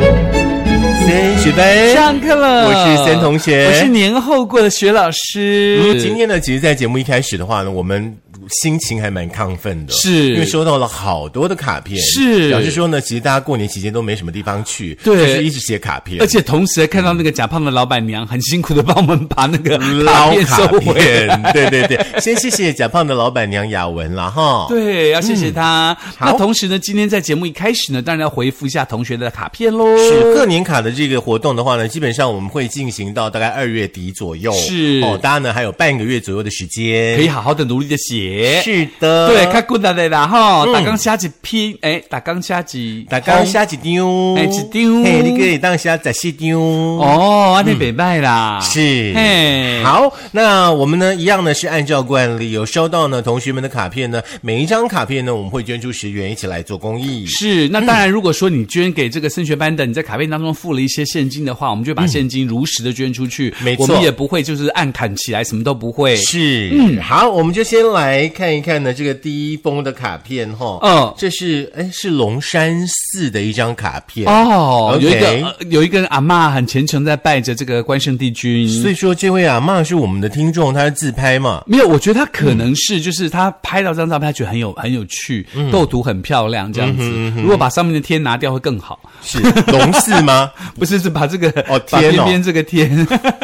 森学班上课了，我是森同学我是年后过的学老师。嗯，今天呢，其实，在节目一开始的话呢，我们心情还蛮亢奋的，是因为收到了好多的卡片，是表示说呢，其实大家过年期间都没什么地方去，对就是一直写卡片，而且同时还看到那个假胖的老板娘很辛苦的帮我们把那个卡捞片收嗯卡回来。片，对对对，先谢谢甲胖的老板娘雅文啦哈，对，要谢谢他。那嗯好同时呢，今天在节目一开始呢，当然要回复一下同学的卡片喽。是贺年卡的这个活动的话呢，基本上我们会进行到大概二月底左右，是哦，大家呢还有半个月左右的时间，可以好好的努力的写。是的，对，看 good 的啦哈，嗯打刚下几拼，哎，打刚下几，大家写一张，哎一张嘿，你可以当下十四张。哦哦，安尼北拜啦，是嘿，好，那我们呢一样呢是按照惯例，有收到呢同学们的卡片呢，每一张卡片呢我们会捐出十元，一起来做公益。是，那当然，如果说你捐给这个升学班的，你在卡片当中付了一些现金的话，我们就把现金如实的捐出去，没错我们也不会就是暗砍起来，什么都不会。是，嗯，好，我们就先来看一看呢这个第一封的卡片哈，嗯这是哎是龙山寺的一张卡片哦 OK 有一个、呃有一个阿嬷很虔诚在拜着这个关圣帝君，所以说这位阿嬷是我们的听众，她是自拍嘛，没有，我觉得他可能是就是他拍到这张照片，他觉得很有很有趣，嗯构图很漂亮这样子。如果把上面的天拿掉会更好， 是龙寺吗？不是是把这个哦把天哦边边这个天，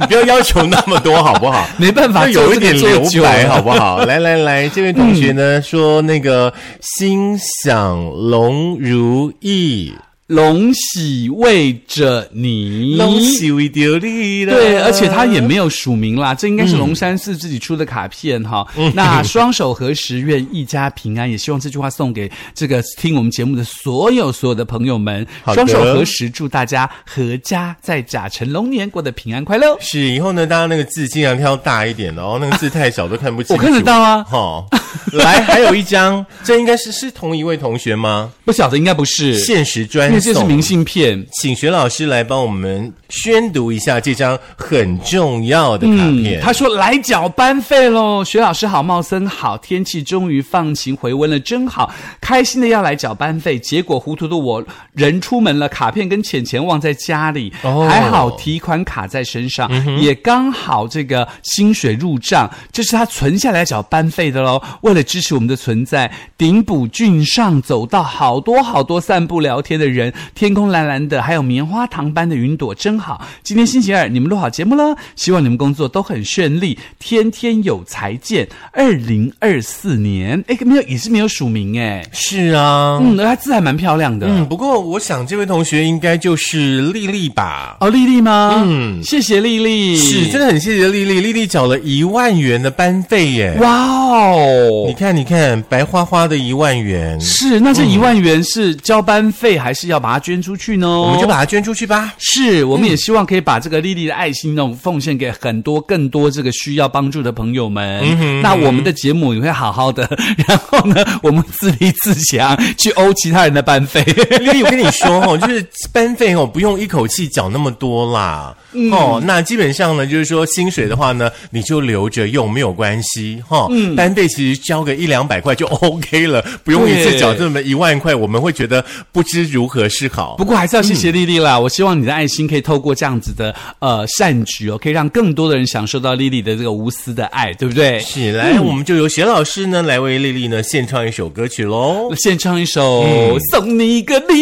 你不要要求那么多好不好？没办法要有一点做这个留做久白，了好不 好？来来来，这位同学呢、说那个心想龙如意，龙喜为着你，龙喜为丢力了。对，而且他也没有署名啦，这应该是龙山寺自己出的卡片哈。那双手合十，愿一家平安，也希望这句话送给这个听我们节目的所有所有的朋友们。好的双手合十，祝大家阖家在甲辰龙年过得平安快乐。是以后呢，大家那个字尽量挑大一点的哦，那个字太小都看不清我楚。看得到啊， 哈、来，还有一张，这应该是是同一位同学吗？不晓得应该不 是，限时因专为这是送明。信片。请学老师来帮我们宣读一下这张很重要的卡嗯片。，他说来缴班费喽，学老师好，茂森好，天气终于放晴回温了，真好，开心的要来缴班费，结果糊涂的我人出门了，卡片跟钱钱忘在家里，哦嗯还好提款卡在身上，也刚好这个薪水入账，这是他存下来缴班费的喽。为了支持我们的存在，顶埔郡上走到好多好多散步聊天的人，天空蓝蓝的，还有棉花糖般的云朵，真好。今天星期二，你们录好节目了，希望你们工作都很顺利，天天有才见。二零二四年，哎，没有也是没有署名哎，是啊，嗯，而他字还蛮漂亮的。嗯，不过我想这位同学应该就是丽丽吧。哦，丽丽吗？嗯谢谢丽丽，是，真的很谢谢丽丽，丽丽缴了一万元的班费耶！哇哦！你看，你看，白花花的一万元，是，那这一万元是交班费，还是要把它捐出去呢？我们就把它捐出去 吧。是，我们也希望可以把这个丽丽的爱心呢，奉献给很多更多这个需要帮助的朋友们。嗯那我们的节目也会好好的， 然后呢，我们自立自强，去欧其他人的班费。 丽丽，我跟你说哦，就是班费哦，不用一口气缴那么多啦。嗯哦，那基本上呢，就是说薪水的话呢，你就留着用没有关系哈。嗯，班费其实交个一两百块就 OK 了，不用一次对缴这么一万块，我们会觉得不知如何是好。不过还是要谢谢丽丽啦，我希望你的爱心可以透过这样子的呃善举哦，可以让更多的人享受到丽丽的这个无私的爱，对不对？是，哎来，我们就由雪老师呢来为丽丽呢献唱一首歌曲 喽。献唱一首、嗯送你一个礼，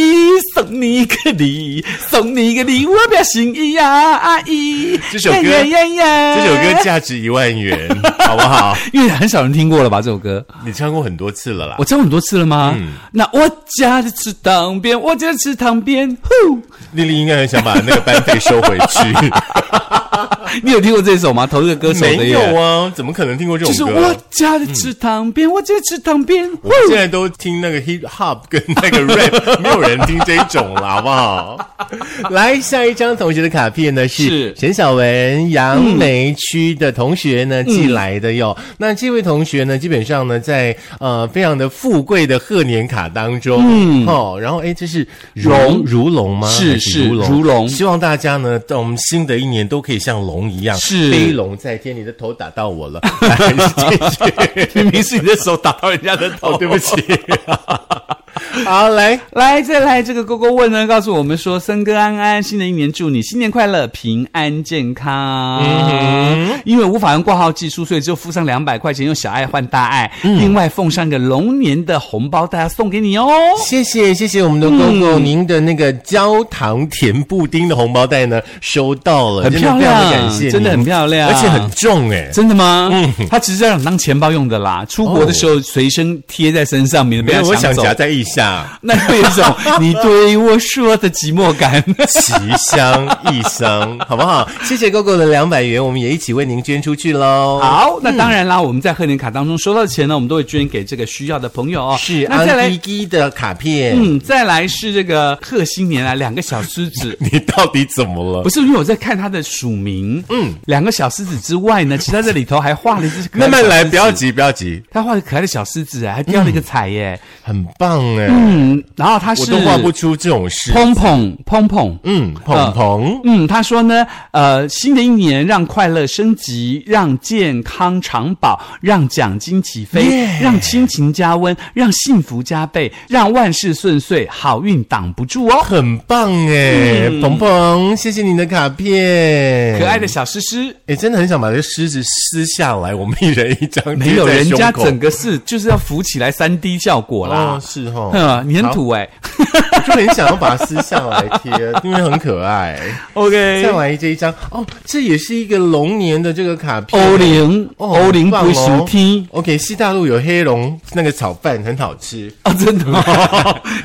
送你一个礼，送你一个礼，我表心意呀、阿姨。这首歌呀呀 呀这首歌价值一万 元，好不好？因为很少人听过了吧？这首歌你唱过很多次 了啦我。唱过很多次了吗？嗯那我家的池塘边，我家的池塘边， 呼，丽丽应该很想把那个班费收回 去，你有听过这首吗？同一个歌手的没耶有啊？怎么可能听过这就是种我歌？嗯家的池塘边，我家的池塘边，我呼。们现在都听那个 hip hop 跟那个 rap，没有 人听这种了，好不好？ 来，下一张同学的卡片呢是是沈小文杨梅区的同学呢寄来的哟。那这位同学呢，基本上呢在呃非常的富贵的贺年卡当中，嗯，哦，然后哎，这是荣如龙吗？是还是如龙，如龙希望大家呢，在我们新的一年都可以像龙一样，是飞龙在天。你的头打到我 了，来继续。 明明是你的手打到人家的头，哦，对不起。好，来，来，再来这个勾勾问呢，告诉我们说，森哥安安，新的一年祝你新年快乐，平安健康。嗯因为无法用挂号寄出，所以就付上两百块钱，用小爱换大爱，嗯另外奉上一个龙年的红包，大家送给你哦。谢谢谢谢我们的 GoGo，、您嗯的那个焦糖甜布丁的红包袋呢，收到了，很真的漂非常的亮感谢你，真的很漂亮而且很重哎、真的吗？嗯，他只是让你当钱包用的啦，出国的时候随身贴在身上，免得没被有，我他想抢走夹。在腋下，那会有一种你对我说的寂寞 感。奇香异香，好不好？谢谢 GoGo 的两百元，我们也一起为您捐出去喽。好，那当然啦，我们在贺年卡当中收到的钱呢，我们都会捐给这个需要的朋友哦。是啊那再安迪来，基的卡片，嗯，再来是这个贺新年啊，两个小狮 子 。你到底怎么了不？是，因为我在看他的署名，嗯，两个小狮子之外呢，其他这里头还画了一只可爱的慢慢来，小狮不要急，不要急，他画了可爱的小狮子，还掉了一个彩耶，很棒哎、嗯，然后他是啊我都画不出这种事。砰砰砰砰，嗯，鹏鹏，嗯，他说呢，呃，新的一年让快乐升级，让健康长保，让奖金起飞 Yeah 让亲情加温，让幸福加倍，让万事顺遂，好运挡不住哦。很棒哎，鹏鹏，谢谢你的卡片，嗯可爱的。小诗诗，哎，真的很想把这个狮子撕下来，我们一人一张，没有贴在人胸家口整个是就是要浮起来三 D 效果哦啦。是哦， 嗯，你很土哎、好，我就很想要把它撕下来贴，因为很可 爱。 OK，再来这一张哦，这也是一个龙年的这个卡片，欧林，哦欧林很棒归属哦天 OK，西大陆有黑龙那个炒饭很好吃， 啊，真的 吗？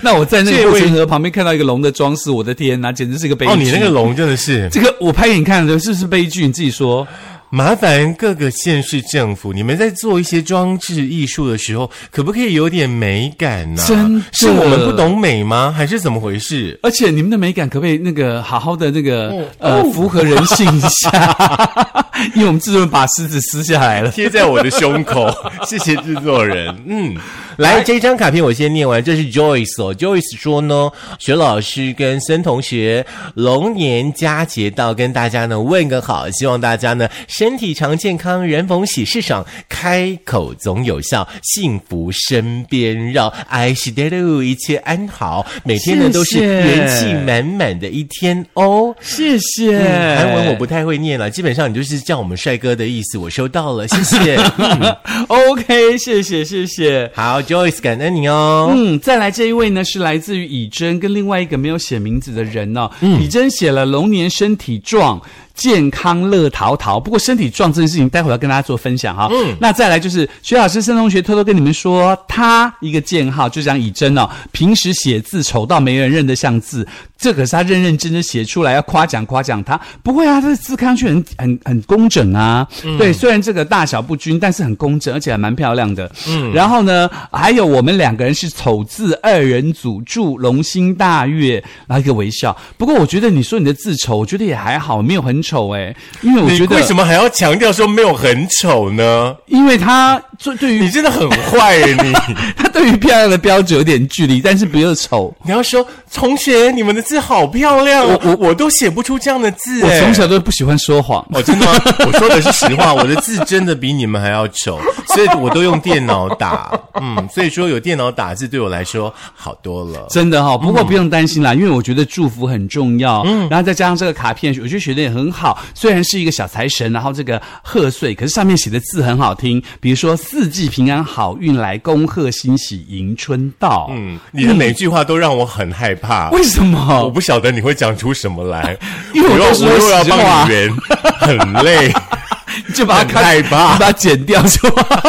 那我在那这个位护城河旁边看到一个龙的装饰，我的天哪、简直是一个悲剧。哦，你那个龙真的是这个我拍给你看的，是不是悲剧？你自己 说。麻烦各个县市政府，你们在做一些装置艺术的时候，可不可以有点美感呢、真的是我们不懂美吗？还是怎么回事？而且你们的美感可不可以那个好好的那个、哦呃符合人性一 下？因为我们制作人把狮子撕下来了。贴在我的胸 口，谢谢制作人。嗯，来这张卡片我先念完，这是 Joyce 哦。Joyce 说呢，学老师跟森同学龙年佳节到，跟大家呢问个好，希望大家呢身体常健康，人逢喜事爽，开口总有效，幸福身边绕。I s h d o 一切安好，每天呢谢谢都是元气满满的一天哦。谢谢。嗯韩文我不太会念了，基本上你就是叫我们帅哥的意思，我收到 了，谢谢。嗯 OK，谢谢谢谢。好，Joyce，感恩你哦。嗯，再来这一位呢，是来自于以真跟另外一个没有写名字的人哦。以真写了龙年身体壮，健康乐淘淘。不过身体壮这件事情，待会儿要跟大家做分享哈、嗯，那再来就是薛老师、申同学偷偷跟你们说，他一个建号就讲以真哦，平时写字丑到没人认得像字，这可是他认认真真写出来，要夸奖夸奖他。不会啊，他的字看上去很很很工整啊、嗯对，虽然这个大小不均，但是很工整，而且还蛮漂亮的。嗯，然后呢，还有我们两个人是丑字二人组，祝龙心大悦，然后一个微笑。不过我觉得你说你的字丑，我觉得也还好，没有很丑诶、因为我你觉得为什么还要强调说没有很丑呢？因为他对对你于真的很坏耶，你！ 他 对于漂亮的标准有点距离，但是不用丑。你要说同学，你们的字好漂亮，我我我都写不出这样的字哎我耶。从小都不喜欢说谎。哦，真的吗？我说的是实话，我的字真的比你们还要 丑，所以我都用电脑打。嗯，所以说有电脑打字对我来说好多了。真的哈、不过不用担心啦，因为我觉得祝福很重要。嗯，然后再加上这个卡片，我觉得写的也很好。虽然是一个小财神，然后这个贺岁，可是上面写的字很好听，比如说“四季平安，好运来，恭贺新喜，迎春到”。嗯，嗯，你的每句话都让我很害怕。为什我么？不晓得你会讲出什么来， 因为我又都说我又要实话帮你圆，很累。你就把它看很害怕你把它剪掉 就好。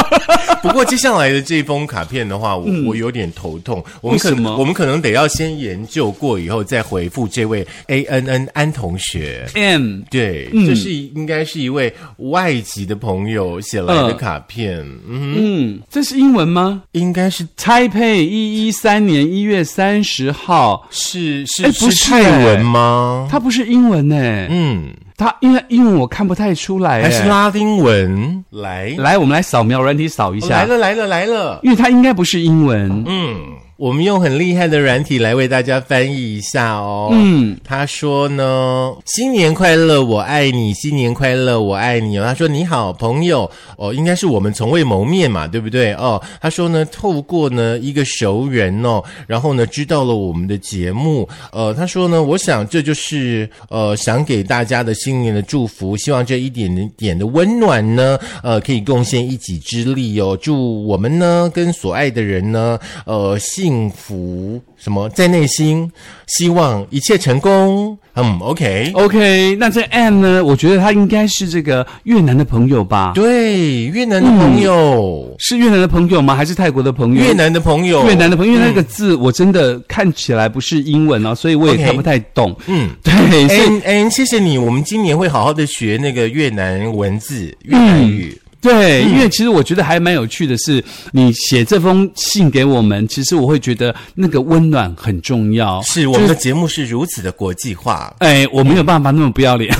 不过接下来的这封卡片的话，我、我有点头痛。我们可嗯为什么能我们可能得要先研究过以后再回复这位 A N N 安同学。 M 对，嗯这是应该是一位外籍的朋友写来的卡片，嗯，嗯，这是英文吗？应该是拆配一一三年一月三十号，是哎是不是泰哎文吗？它不是英文呢、嗯，它因为英文我看不太出来、还是哎拉丁文？来来，我们来扫描软体扫一下。来了来了来了，因为它应该不是英文。嗯，我们用很厉害的软体来为大家翻译一下哦。嗯，他说呢，新年快乐，我爱你，新年快乐，我爱你。哦他说你好，朋友，哦，应该是我们从未谋面嘛，对不对？哦，他说呢，透过呢一个熟人哦，然后呢知道了我们的节目，呃，他说呢，我想这就是呃想给大家的新年的祝福，希望这一点点的温暖呢，呃，可以贡献一己之力哦。祝我们呢跟所爱的人呢，呃，幸福什么在内心，希望一切成功。嗯，OK，哦 OK，那这 M 呢？我觉得他应该是这个越南的朋友吧？对，越南的嗯朋友，是越南的朋友吗？还是泰国的朋友？越南的朋友，越南的朋友，因为那个字我真的看起来不是英文哦，所以我嗯也 OK 看不太懂。嗯。对，所以哎哎，谢谢你！我们今年会好好的学那个越南文字、越嗯南语。对，嗯因为其实我觉得还蛮有趣的是，你写这封信给我们，其实我会觉得那个温暖很重要。，是我们的节目是如此的国际化哎，我没有办法那么不要脸。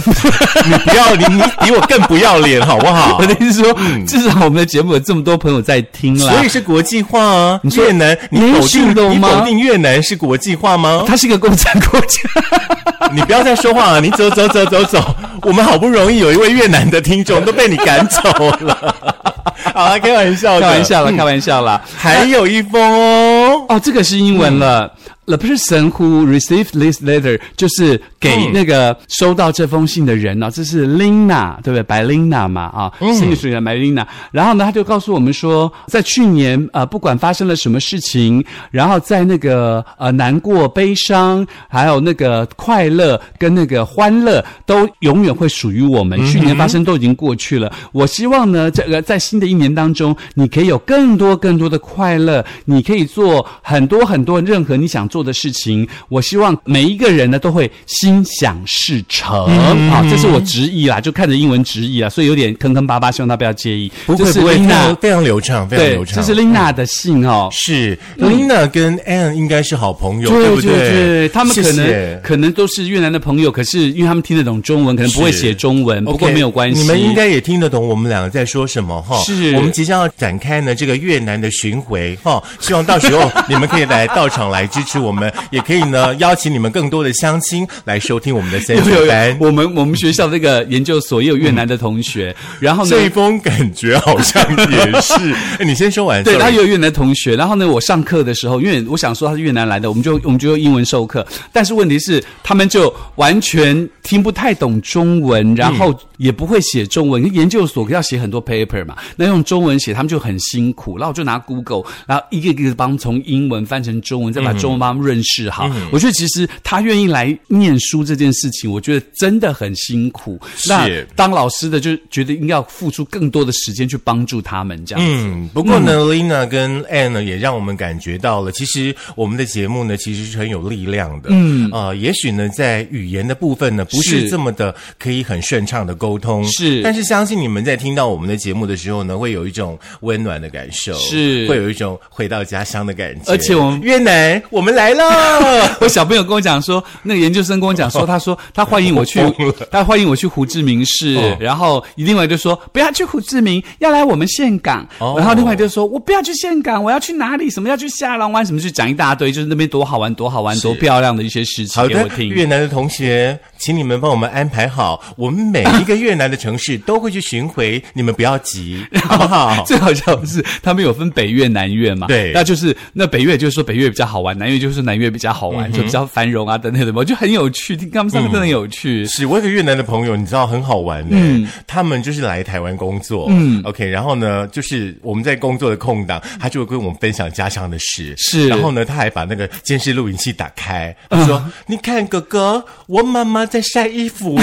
你不要脸，你比我更不要脸，好不 好嗯我？的意思说，至少我们的节目有这么多朋友在听啦。所以是国际化啊！说越南，你连否定续都你吗否定越南是国际化吗？它是一个共产国家。 你不要再说话了，你走走走走走， 我们好不容易有一位越南的听众都被你赶走了。 好了，开玩笑的，开玩笑啦，开玩笑啦。还有一封哦。哦，这个是英文嗯了。The 呃 person who received this letter 就是给嗯那个收到这封信的人啊呢、这是 Lina，对不对？白 Lina 嘛，啊，嗯心理学家白 Lina。然后呢，他就告诉我们说，在去年呃，不管发生了什么事情，然后在那个呃难过、悲伤，还有那个快乐跟那个欢乐，都永远会属于我嗯们。去年发生都已经过去了，我希望呢，这个在新的一年当中，你可以有更多更多的快乐，你可以做很多很多任何你想做的事情。我希望每一个人呢都会心想事成嗯啊，这是我直译啦，就看着英文直译啊，所以有点坑坑巴巴，希望大家不要介意。不这会是不会，非 Lina，常非常流畅，非常对流，这畅。是 Lina 的信哦。是 Lina 跟 Anne 应该是好朋友，对不对对，他们可能谢谢可能都是越南的朋友，可是因为他们听得懂中文，可能不会是写中文，不过 OK，没有关系。你们 应该也听得懂我们两个在说什么哈。是我们即将要展开呢这个越南的巡回哈，希望到时候你们可以来到场来支持我们，也可以呢邀请你们更多的乡亲来收听我们的三有 有九有班，。我们我们学校那个研究所也有越南的同学，然后呢这。一封感觉好像也是，哎你先说完。对， sorry 他也有越南同学。然后呢，我上课的时候，因为我想说他是越南来的，我们就我们就用英文授课。但是问题是，他们就完全听不太懂中文，然后也不会写中文。研究所要写很多 paper 嘛，那用中文写他们就很辛苦。然后我就拿 Google，然后一个一个帮从英文翻成中文，再把中文帮他们认识好。我觉得其实他愿意来念书这件事情，我觉得真的很辛苦。那当老师的就觉得应该要付出更多的时间去帮助他们这样子。嗯，不过呢、l i n a 跟 Anne 呢，也让我们感觉到了，其实我们的节目呢，其实是很有力量的。嗯，呃，也许呢，在语言的部分呢，不是是这么的可以很顺畅的沟通，是但是相信你们在听到我们的节目的时候呢，会有一种温暖的感受，是会有一种回到家乡的感觉。而且我们越南，我们来了。 我小朋友跟我讲说，那个研究生跟我讲说，他说他欢迎我去哦我疯了，他欢迎我去胡志明市，哦然后另外就说不要去胡志明，要来我们岘港，哦然后另外就说我不要去岘港，我要去哪里？什么要去下龙湾？什么去讲一大堆，就是那边多好玩，多好玩，多漂亮的一些事情好给我的，听。越南的同学，请你们帮我们安排好，我们每一个越南的城市都会去巡回，你们不要急，好不 好？ 最好笑的是，他们有分北越、南越嘛？对那就是那北越就是说北越比较好玩，南越就是说南越比较好嗯玩，就比较繁荣啊等等的嘛，我就很有趣，听他们上课真的很有趣。是我有个越南的朋友，你知道很好玩的、嗯他们就是来台湾工作，嗯，OK，然后呢，就是我们在工作的空档，他就会跟我们分享家乡的事，是啊然后呢，他还把那个监视录影器打开，他说：“你看哥哥，我妈妈在晒衣 服，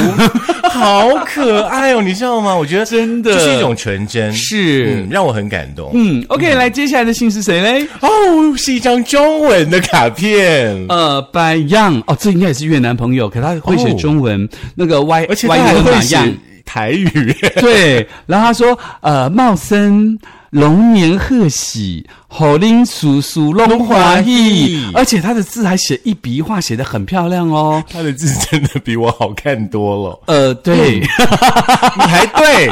好可爱哦，你知道吗？我觉得真的这是一种纯真，是嗯，让我很感动。嗯，OK，来，接下来的信是谁嘞？哦，是一张中文的卡片。”呃，白样哦，这应该也是越南朋友，可他会写中文，那个 Y 哦而且 Y 他还用会哪写样？台语， 对，然后他说，呃，茂森，龙年贺喜，好令叔叔龙华拢意欢喜。而且他的字还写一笔一画，写的很漂亮哦。他的字真的比我好看多了，呃，对，你还对，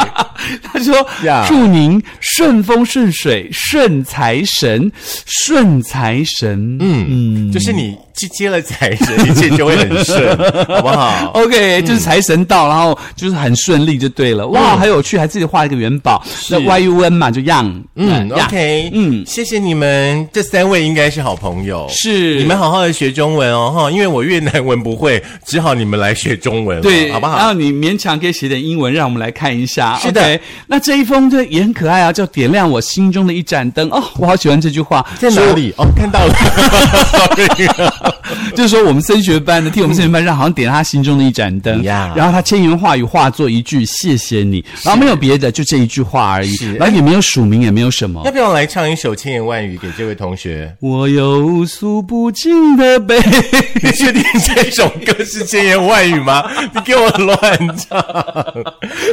他说呀祝您顺风顺水，顺财神，顺财神。嗯，就是你去接了财神，一切就会很 顺，好不好？ OK，就是财神到，然后就是很顺利就对了。嗯哇，很有趣，还自己画一个元宝。那 YUN 嘛，就样，嗯样，OK，嗯，谢谢你们，这三位应该是好朋友，是你们好好的学中文哦，哈，因为我越南文不会，只好你们来学中文了，对，啊好不然好？后你勉强可以写点英文，让我们来看一下。是的 OK，那这一封就也很可爱啊，叫“点亮我心中的一盏灯”。哦，我好喜欢这句话，在说哪里？哦，看 到了，sorry，就是说我们升学班的替我们升学班上，好像点了他心中的一盏灯。呀然后他千言话语化作一句“谢谢你”，然后没有别的，就这一句话而已是，然后也没有署名，也没有什么要。不要来唱一首千言万语给这位同学？我有诉不尽的 悲。你确定这首歌是千言万语吗？你给我乱唱。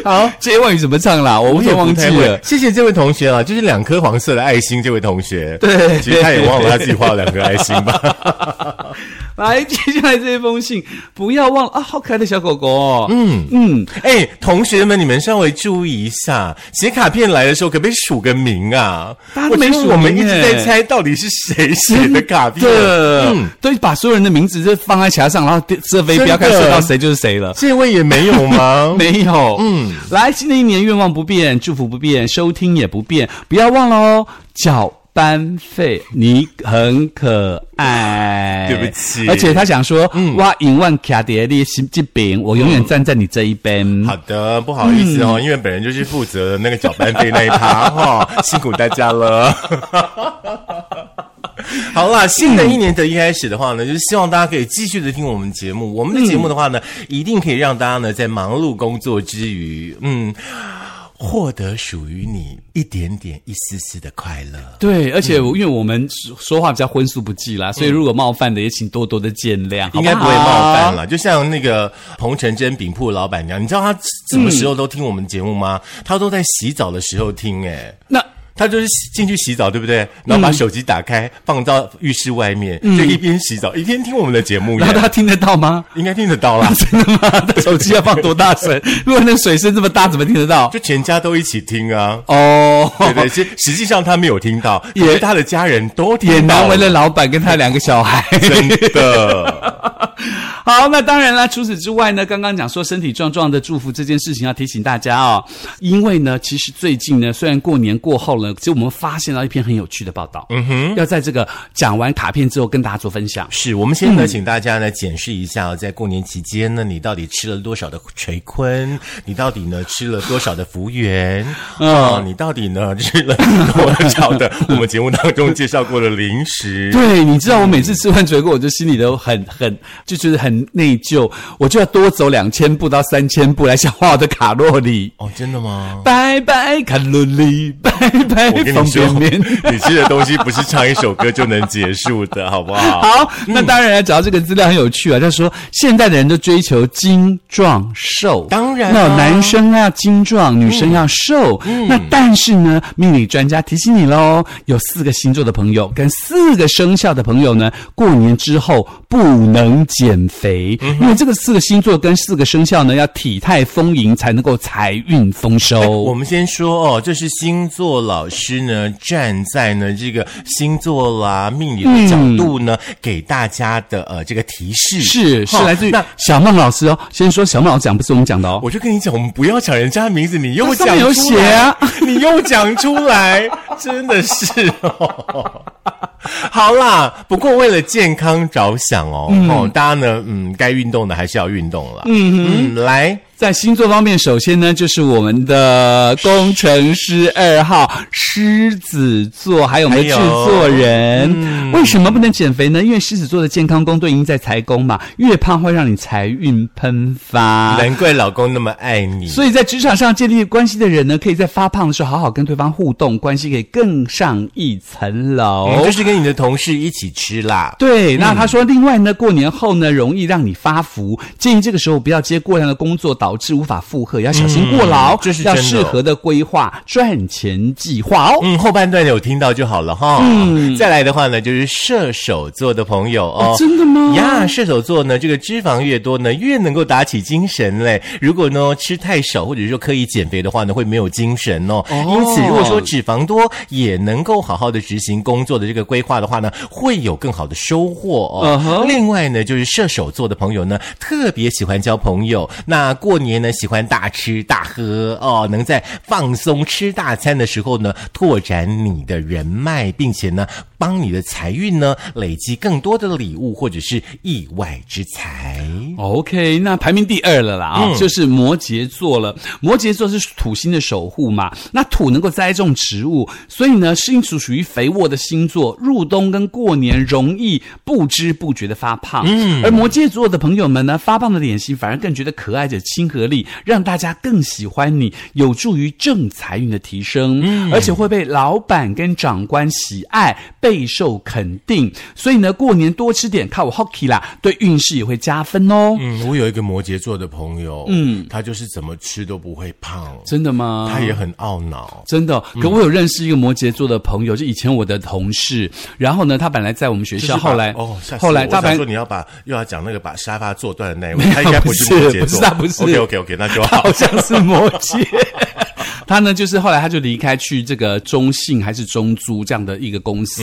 好，这些外语怎么唱 啦？我我有也点不忘记太会了。。谢谢这位同学啊，就是两颗黄色的爱心，这位同学。对 其实他也忘了他自己画了两颗爱心吧。 来，接下来这一封信，不要忘了啊！好可爱的小狗狗哦。嗯嗯， 哎，同学们，你们稍微注意一下，写卡片来的时候可不可以署个名啊？大家我都没觉得署我们名一直哎在猜到底是谁写的卡片。的，嗯都把所有人的名字就放在墙上，然后射飞镖，真的看射到谁就是谁了。？这位也没有吗 没有，嗯，来，新的一年愿望不变，祝福不变，收听也不变，不要忘了哦，缴班费，你很可爱，对不起嗯而且他想说，哇，永万卡迪的心这边，我永远站在你这一边。嗯好的，不好意思哦，因为本人就是负责那个搅拌费那一趴哈、辛苦大家了。 好啦，新的一年的一开始的话呢，就是希望大家可以继续的听我们节目。我们的节目的话呢，一定可以让大家呢在忙碌工作之余，嗯，获得属于你一点点、一丝丝的快乐。对，而嗯且我因为我们说说话比较荤素不忌啦，所以如果冒犯的也请多多的见谅，应该好不好会冒犯。了。就像那个彭城真饼铺老板娘，你知道她什么时候都听我们节目吗？她都在洗澡的时候听、诶。哎。那他就是洗进去洗澡，对不对？然后把手机打开，放到浴室外面，嗯就一边洗澡一边听我们的节目耶 然后。他听得到吗？应该听得到 啦，真的吗？他手机要放多大声？ 如果那个水声这么大，怎么听得到？就全家都一起听啊。哦，对 对，实实际上他没有听到，也也是他的家人都也听到难为了老板跟他两个小孩。 真的。 好，那当然啦。除此之外呢，刚刚讲说身体壮壮的祝福这件事情，要提醒大家哦，因为呢，其实最近呢，虽然过年过后呢，其实我们发现到一篇很有趣的报道，嗯哼，要在这个讲完卡片之后跟大家做分享。是我们现在请大家呢检视一下、哦，在过年期间呢，你到底吃了多少的垂坤？你到底呢吃了多少的福源？嗯啊、你到底呢吃了多少 的我们节目当中介绍过的零食？对，你知道我每次吃完水果，我就心里都 很很就觉得很内疚，我就要多走两千步到三千步来消化我的卡路里。哦，真的 吗？拜拜卡路里，拜拜我跟方你说便，面。 你吃的东西不是唱一首歌就能结束的，好不好？嗯好，那当然，找到这个资料很有趣啊。他说，现代的人都追求精壮瘦，当然啊嗯那男生要精壮，女生要瘦。那但是呢，命理专家提醒你喽，有四个星座的朋友跟四个生肖的朋友呢，过年之后不能减肥，嗯因为这个四个星座跟四个生肖呢，要体态丰盈才能够财运丰哎我收。们先说哦，这是星座老师呢站在呢这个星座啦命理的角度呢，给大家的呃这个提示嗯是是哈来自于那小孟老师哦，先说小孟老师讲，不是我们讲的哦。我就跟你讲，我们不要讲人家的名字，你又它上讲面有出写来啊， 你又讲出来， 真的是哦。 好啦，不过为了健康着想哦，哦，大家呢，嗯，该运动的还是要运动了。嗯啊嗯，来，在星座方面，首先呢，就是我们的工程师二号狮子座，还有我们的制作人。为什么不能减肥呢？因为狮子座的健康宫对应在财宫嘛，越胖会让你财运喷发。难怪老公那么爱你。哦所以在职场上建立关系的人呢，可以在发胖的时候好好跟对方互动，关系可以更上一层楼。嗯就是跟你的同事一起吃啦。对，那他说，另外呢，过年后呢，容易让你发福，建议这个时候不要接过量的工作，导导致无法负荷，要小心过劳，嗯这是要真的哦适合的规划赚钱计划哦。嗯，后半段有听到就好了哈。嗯，再来的话呢，就是射手座的朋友哦，哦真的吗呀，射手座呢，这个脂肪越多呢，越能够打起精神嘞。如果呢吃太少或者说刻意减肥的话呢，会没有精神哦。哦因此，如果说脂肪多也能够好好的执行工作的这个规划的话呢，会有更好的收获哦。嗯哼另外呢，就是射手座的朋友呢，特别喜欢交朋友。那过年呢，喜欢大吃大喝哦，能在放松吃大餐的时候呢，拓展你的人脉，并且呢，帮你的财运呢，累积更多的礼物或者是意外之财。 OK，那排名第二了啦啊、嗯就是摩羯座了。摩羯座是土星的守护嘛，那土能够栽种植物，所以呢，是属属于肥沃的星座，入冬跟过年容易不知不觉的发胖。嗯，而摩羯座的朋友们呢，发胖的脸型反而更觉得可爱且亲和力，让大家更喜欢你，有助于正财运的提升，嗯，而且会被老板跟长官喜爱，备受肯定。所以呢，过年多吃点靠我 hockey 啦，对运势也会加分哦。嗯，我有一个摩羯座的朋友，嗯，他就是怎么吃都不会胖，真的吗？他也很懊恼。真的哦，嗯可我有认识一个摩羯座的朋友，就以前我的同事。然后呢，他本来在我们学就是校，把后来哦，吓死后来我他我本想来说你要把又要讲那个把沙发坐断的那一位没，有他应该不是不是摩羯座，不是他不是 OK OK OK，那就好好。像是摩羯。 他呢，就是后来他就离开去这个中信还是中租这样的一个公司，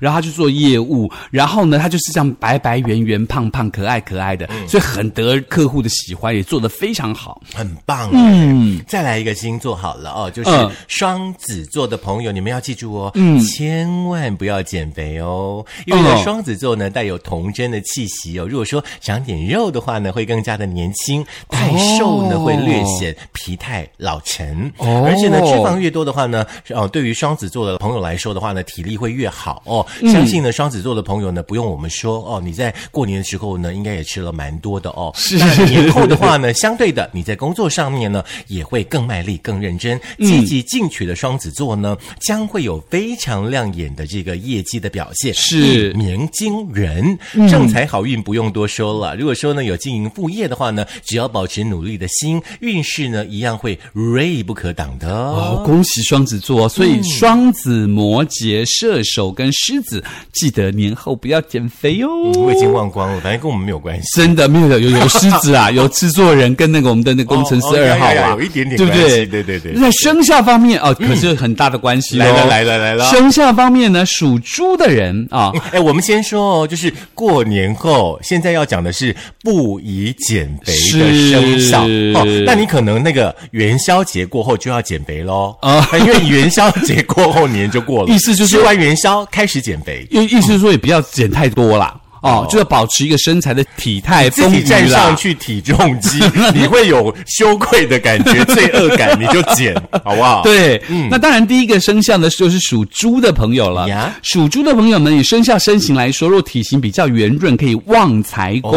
然后他去做业务，然后呢，他就是这样白白圆圆、胖胖、可爱可爱的，所以很得客户的喜欢，也做得非常好。很棒。嗯，再来一个星座好了哦，就是嗯双子座的朋友，你们要记住哦，千万不要减肥哦，因为呢，哦双子座呢带有童真的气息哦。如果说长点肉的话呢，会更加的年轻；太瘦呢，哦会略显疲态老成。哦而且呢，脂肪越多的话呢，哦，对于双子座的朋友来说的话呢，体力会越好哦。嗯相信呢，双子座的朋友呢，不用我们说哦，你在过年的时候呢，应该也吃了蛮多的哦。是那年后的话呢， 相对的，你在工作上面呢也会更卖力、更认真、嗯积极进取的双子座呢，将会有非常亮眼的这个业绩的表现，是嗯一鸣惊人。正财好运不用多说了。如果说呢有经营副业的话呢，只要保持努力的心，运势呢一样会锐不可挡的哦。哦，恭喜双子座！所以双子、摩羯、射手跟狮子，记得年后不要减肥哟、哦。我已经忘光了，反正跟我们没有关系。真的没有有有狮子 啊，有制作人跟那个我们的那个工程哦哦师二号呀呀啊，呀有一点点对不关对？系对对对在生肖方面哦，可是有很大的关系哦来了来了来了生肖方面呢，属猪的人 啊，哎，我们先说哦，就是过年后，现在要讲的是不宜减肥的生肖是哦。那你可能那个元宵节过后就要减肥喽啊 啊，因为元宵节过后年就过了，意思就是吃完元宵开始减肥。意意思是说也不要减太多啦。哦，就要保持一个身材的体态自丰己腴站上啦。去体重机，你会有羞愧的感 觉、罪恶感，你就减，好不好？，嗯对，那当然，第一个生肖呢就是属猪的朋友了呀。属猪的朋友们，以生肖身形来说，若体型比较圆润，可以旺财宫，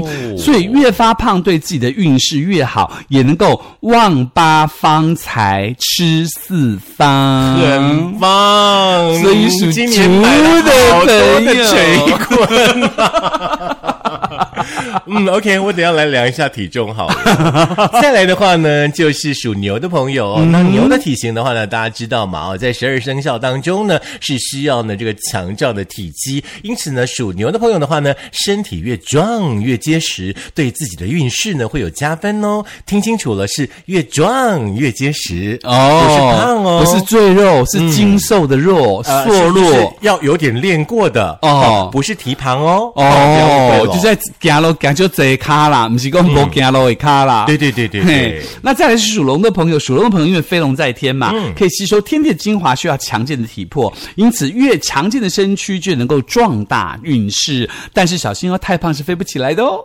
哦所以越发胖对自己的运势越好，也能够旺八方财，吃四方。很棒。所以属今年买了好猪的多朋的友锤棍、啊。 嗯，OK，我等一下来量一下体重好 了。再来的话呢，就是属牛的朋友、哦，那牛的体型的话呢，大家知道嘛，哦，在十二生肖当中呢，是需要呢这个强壮的体积，因此呢，属牛的朋友的话呢，身体越壮越结实，对自己的运势呢会有加分哦。听清楚了，是越壮越结实不是胖哦，不是赘肉，是精瘦的肉，呃瘦是就是弱。要有点练过的哦不是提旁哦，不要误嗯哦会，了就在行路行就这一卡啦，不是讲无行路一卡啦。对对对对嘿对，，那再来是属龙的朋友，属龙的朋友因为飞龙在天嘛，可以吸收天地的精华，需要强健的体魄，因此越强健的身躯就能够壮大运势。但是小心哦，太胖是飞不起来的哦。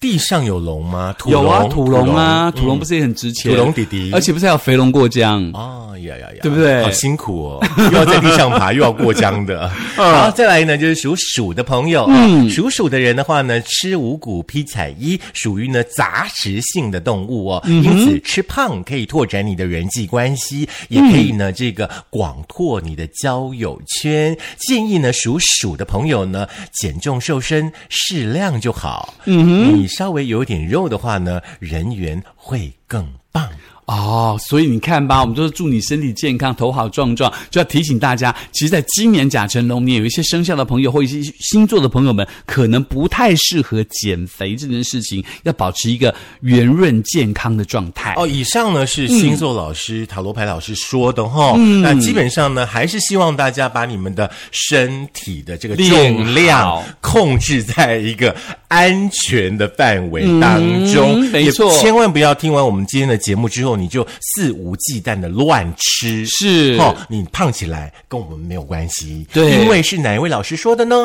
地上有龙吗？土有啊，龙土龙啊，土龙嗯不是也很值钱？土龙弟弟而且不是还有肥龙过江？哦，呀呀呀，嗯对不对好辛苦哦， 又要在地上爬，又要过江的。好，再来呢，就是属鼠的朋友，嗯，属鼠的人的话呢，吃五谷披彩衣，属于呢杂食性的动物哦，因此吃胖可以拓展你的人际关系，也可以呢这个广拓你的交友圈。建议呢属鼠的朋友呢减重瘦身，适量就好。嗯哼，你稍微有点肉的话呢，人缘会更棒。哦，所以你看吧，我们都是祝你身体健康，头好壮壮，就要提醒大家，其实，在今年甲辰龙年，有一些生肖的朋友或一些星座的朋友们，可能不太适合减肥这件事情，要保持一个圆润健康的状 态。哦，以上呢是嗯星座老师、塔罗牌老师说的哈、那基本上呢，还是希望大家把你们的身体的这个重练量好控制在一个安全的范围当中，嗯没也错千万不要听完我们今天的节目之后，你就肆无忌惮的乱吃。是哦，你胖起来跟我们没有关系，对因为是哪一位老师说的呢？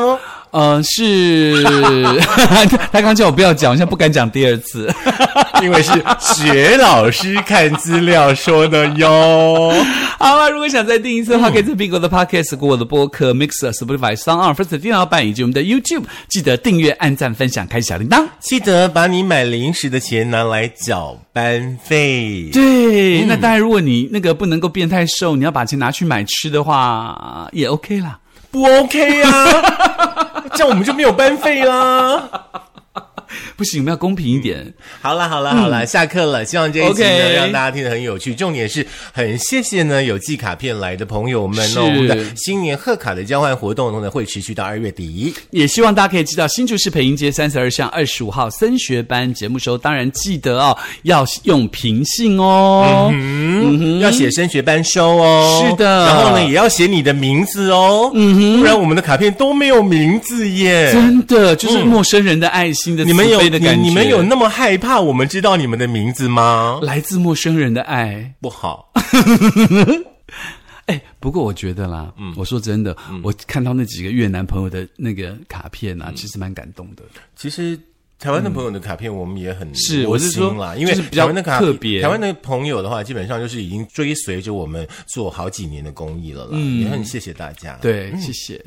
呃，是，他刚叫我不要讲，我现在不敢讲第二次。因为是学老师看资料说的 哟。好了，如果想再听一次的话，可以在苹果的 Podcast、过我的播客、Mixer、Spotify、s o n g On、First 电脑版以及我们的 YouTube，记得订阅、按赞、分享、开小铃铛。记得把你买零食的钱拿来缴班费。嗯对，那当然，如果你那个不能够变太瘦，你要把钱拿去买吃的话，也 OK 啦。不 OK 啊？ 这样我们就没有班费啊啦。不行，我们要公平一点。好啦好啦好啦，下课了。希望这一集呢 OK 让大家听得很有趣。重点是很谢谢呢有寄卡片来的朋友们是哦。我们的新年贺卡的交换活动呢会持续到二月底。也希望大家可以知道新竹市培英街三十二巷二十五号升学班节目时候，当然记得哦，要用平信哦。嗯，要写升学班收哦。是的然后呢也要写你的名字哦。嗯不然我们的卡片都没有名字耶。真的就是陌生人的爱心的嗯 你慈们有悲你的感觉，你们有那么害怕我们知道你们的名字吗？来自陌生人的爱。不好，哎，不过我觉得啦，嗯我说真的，我看到那几个越南朋友的那个卡片嗯啊，其实蛮感动的。其实。台湾的朋友的卡片，我们也很是窝心啦，我是说因为就是比较台湾的卡特别台湾的朋友的话，基本上就是已经追随着我们做好几年的公益了啦，也很谢谢大家。，嗯对，谢谢。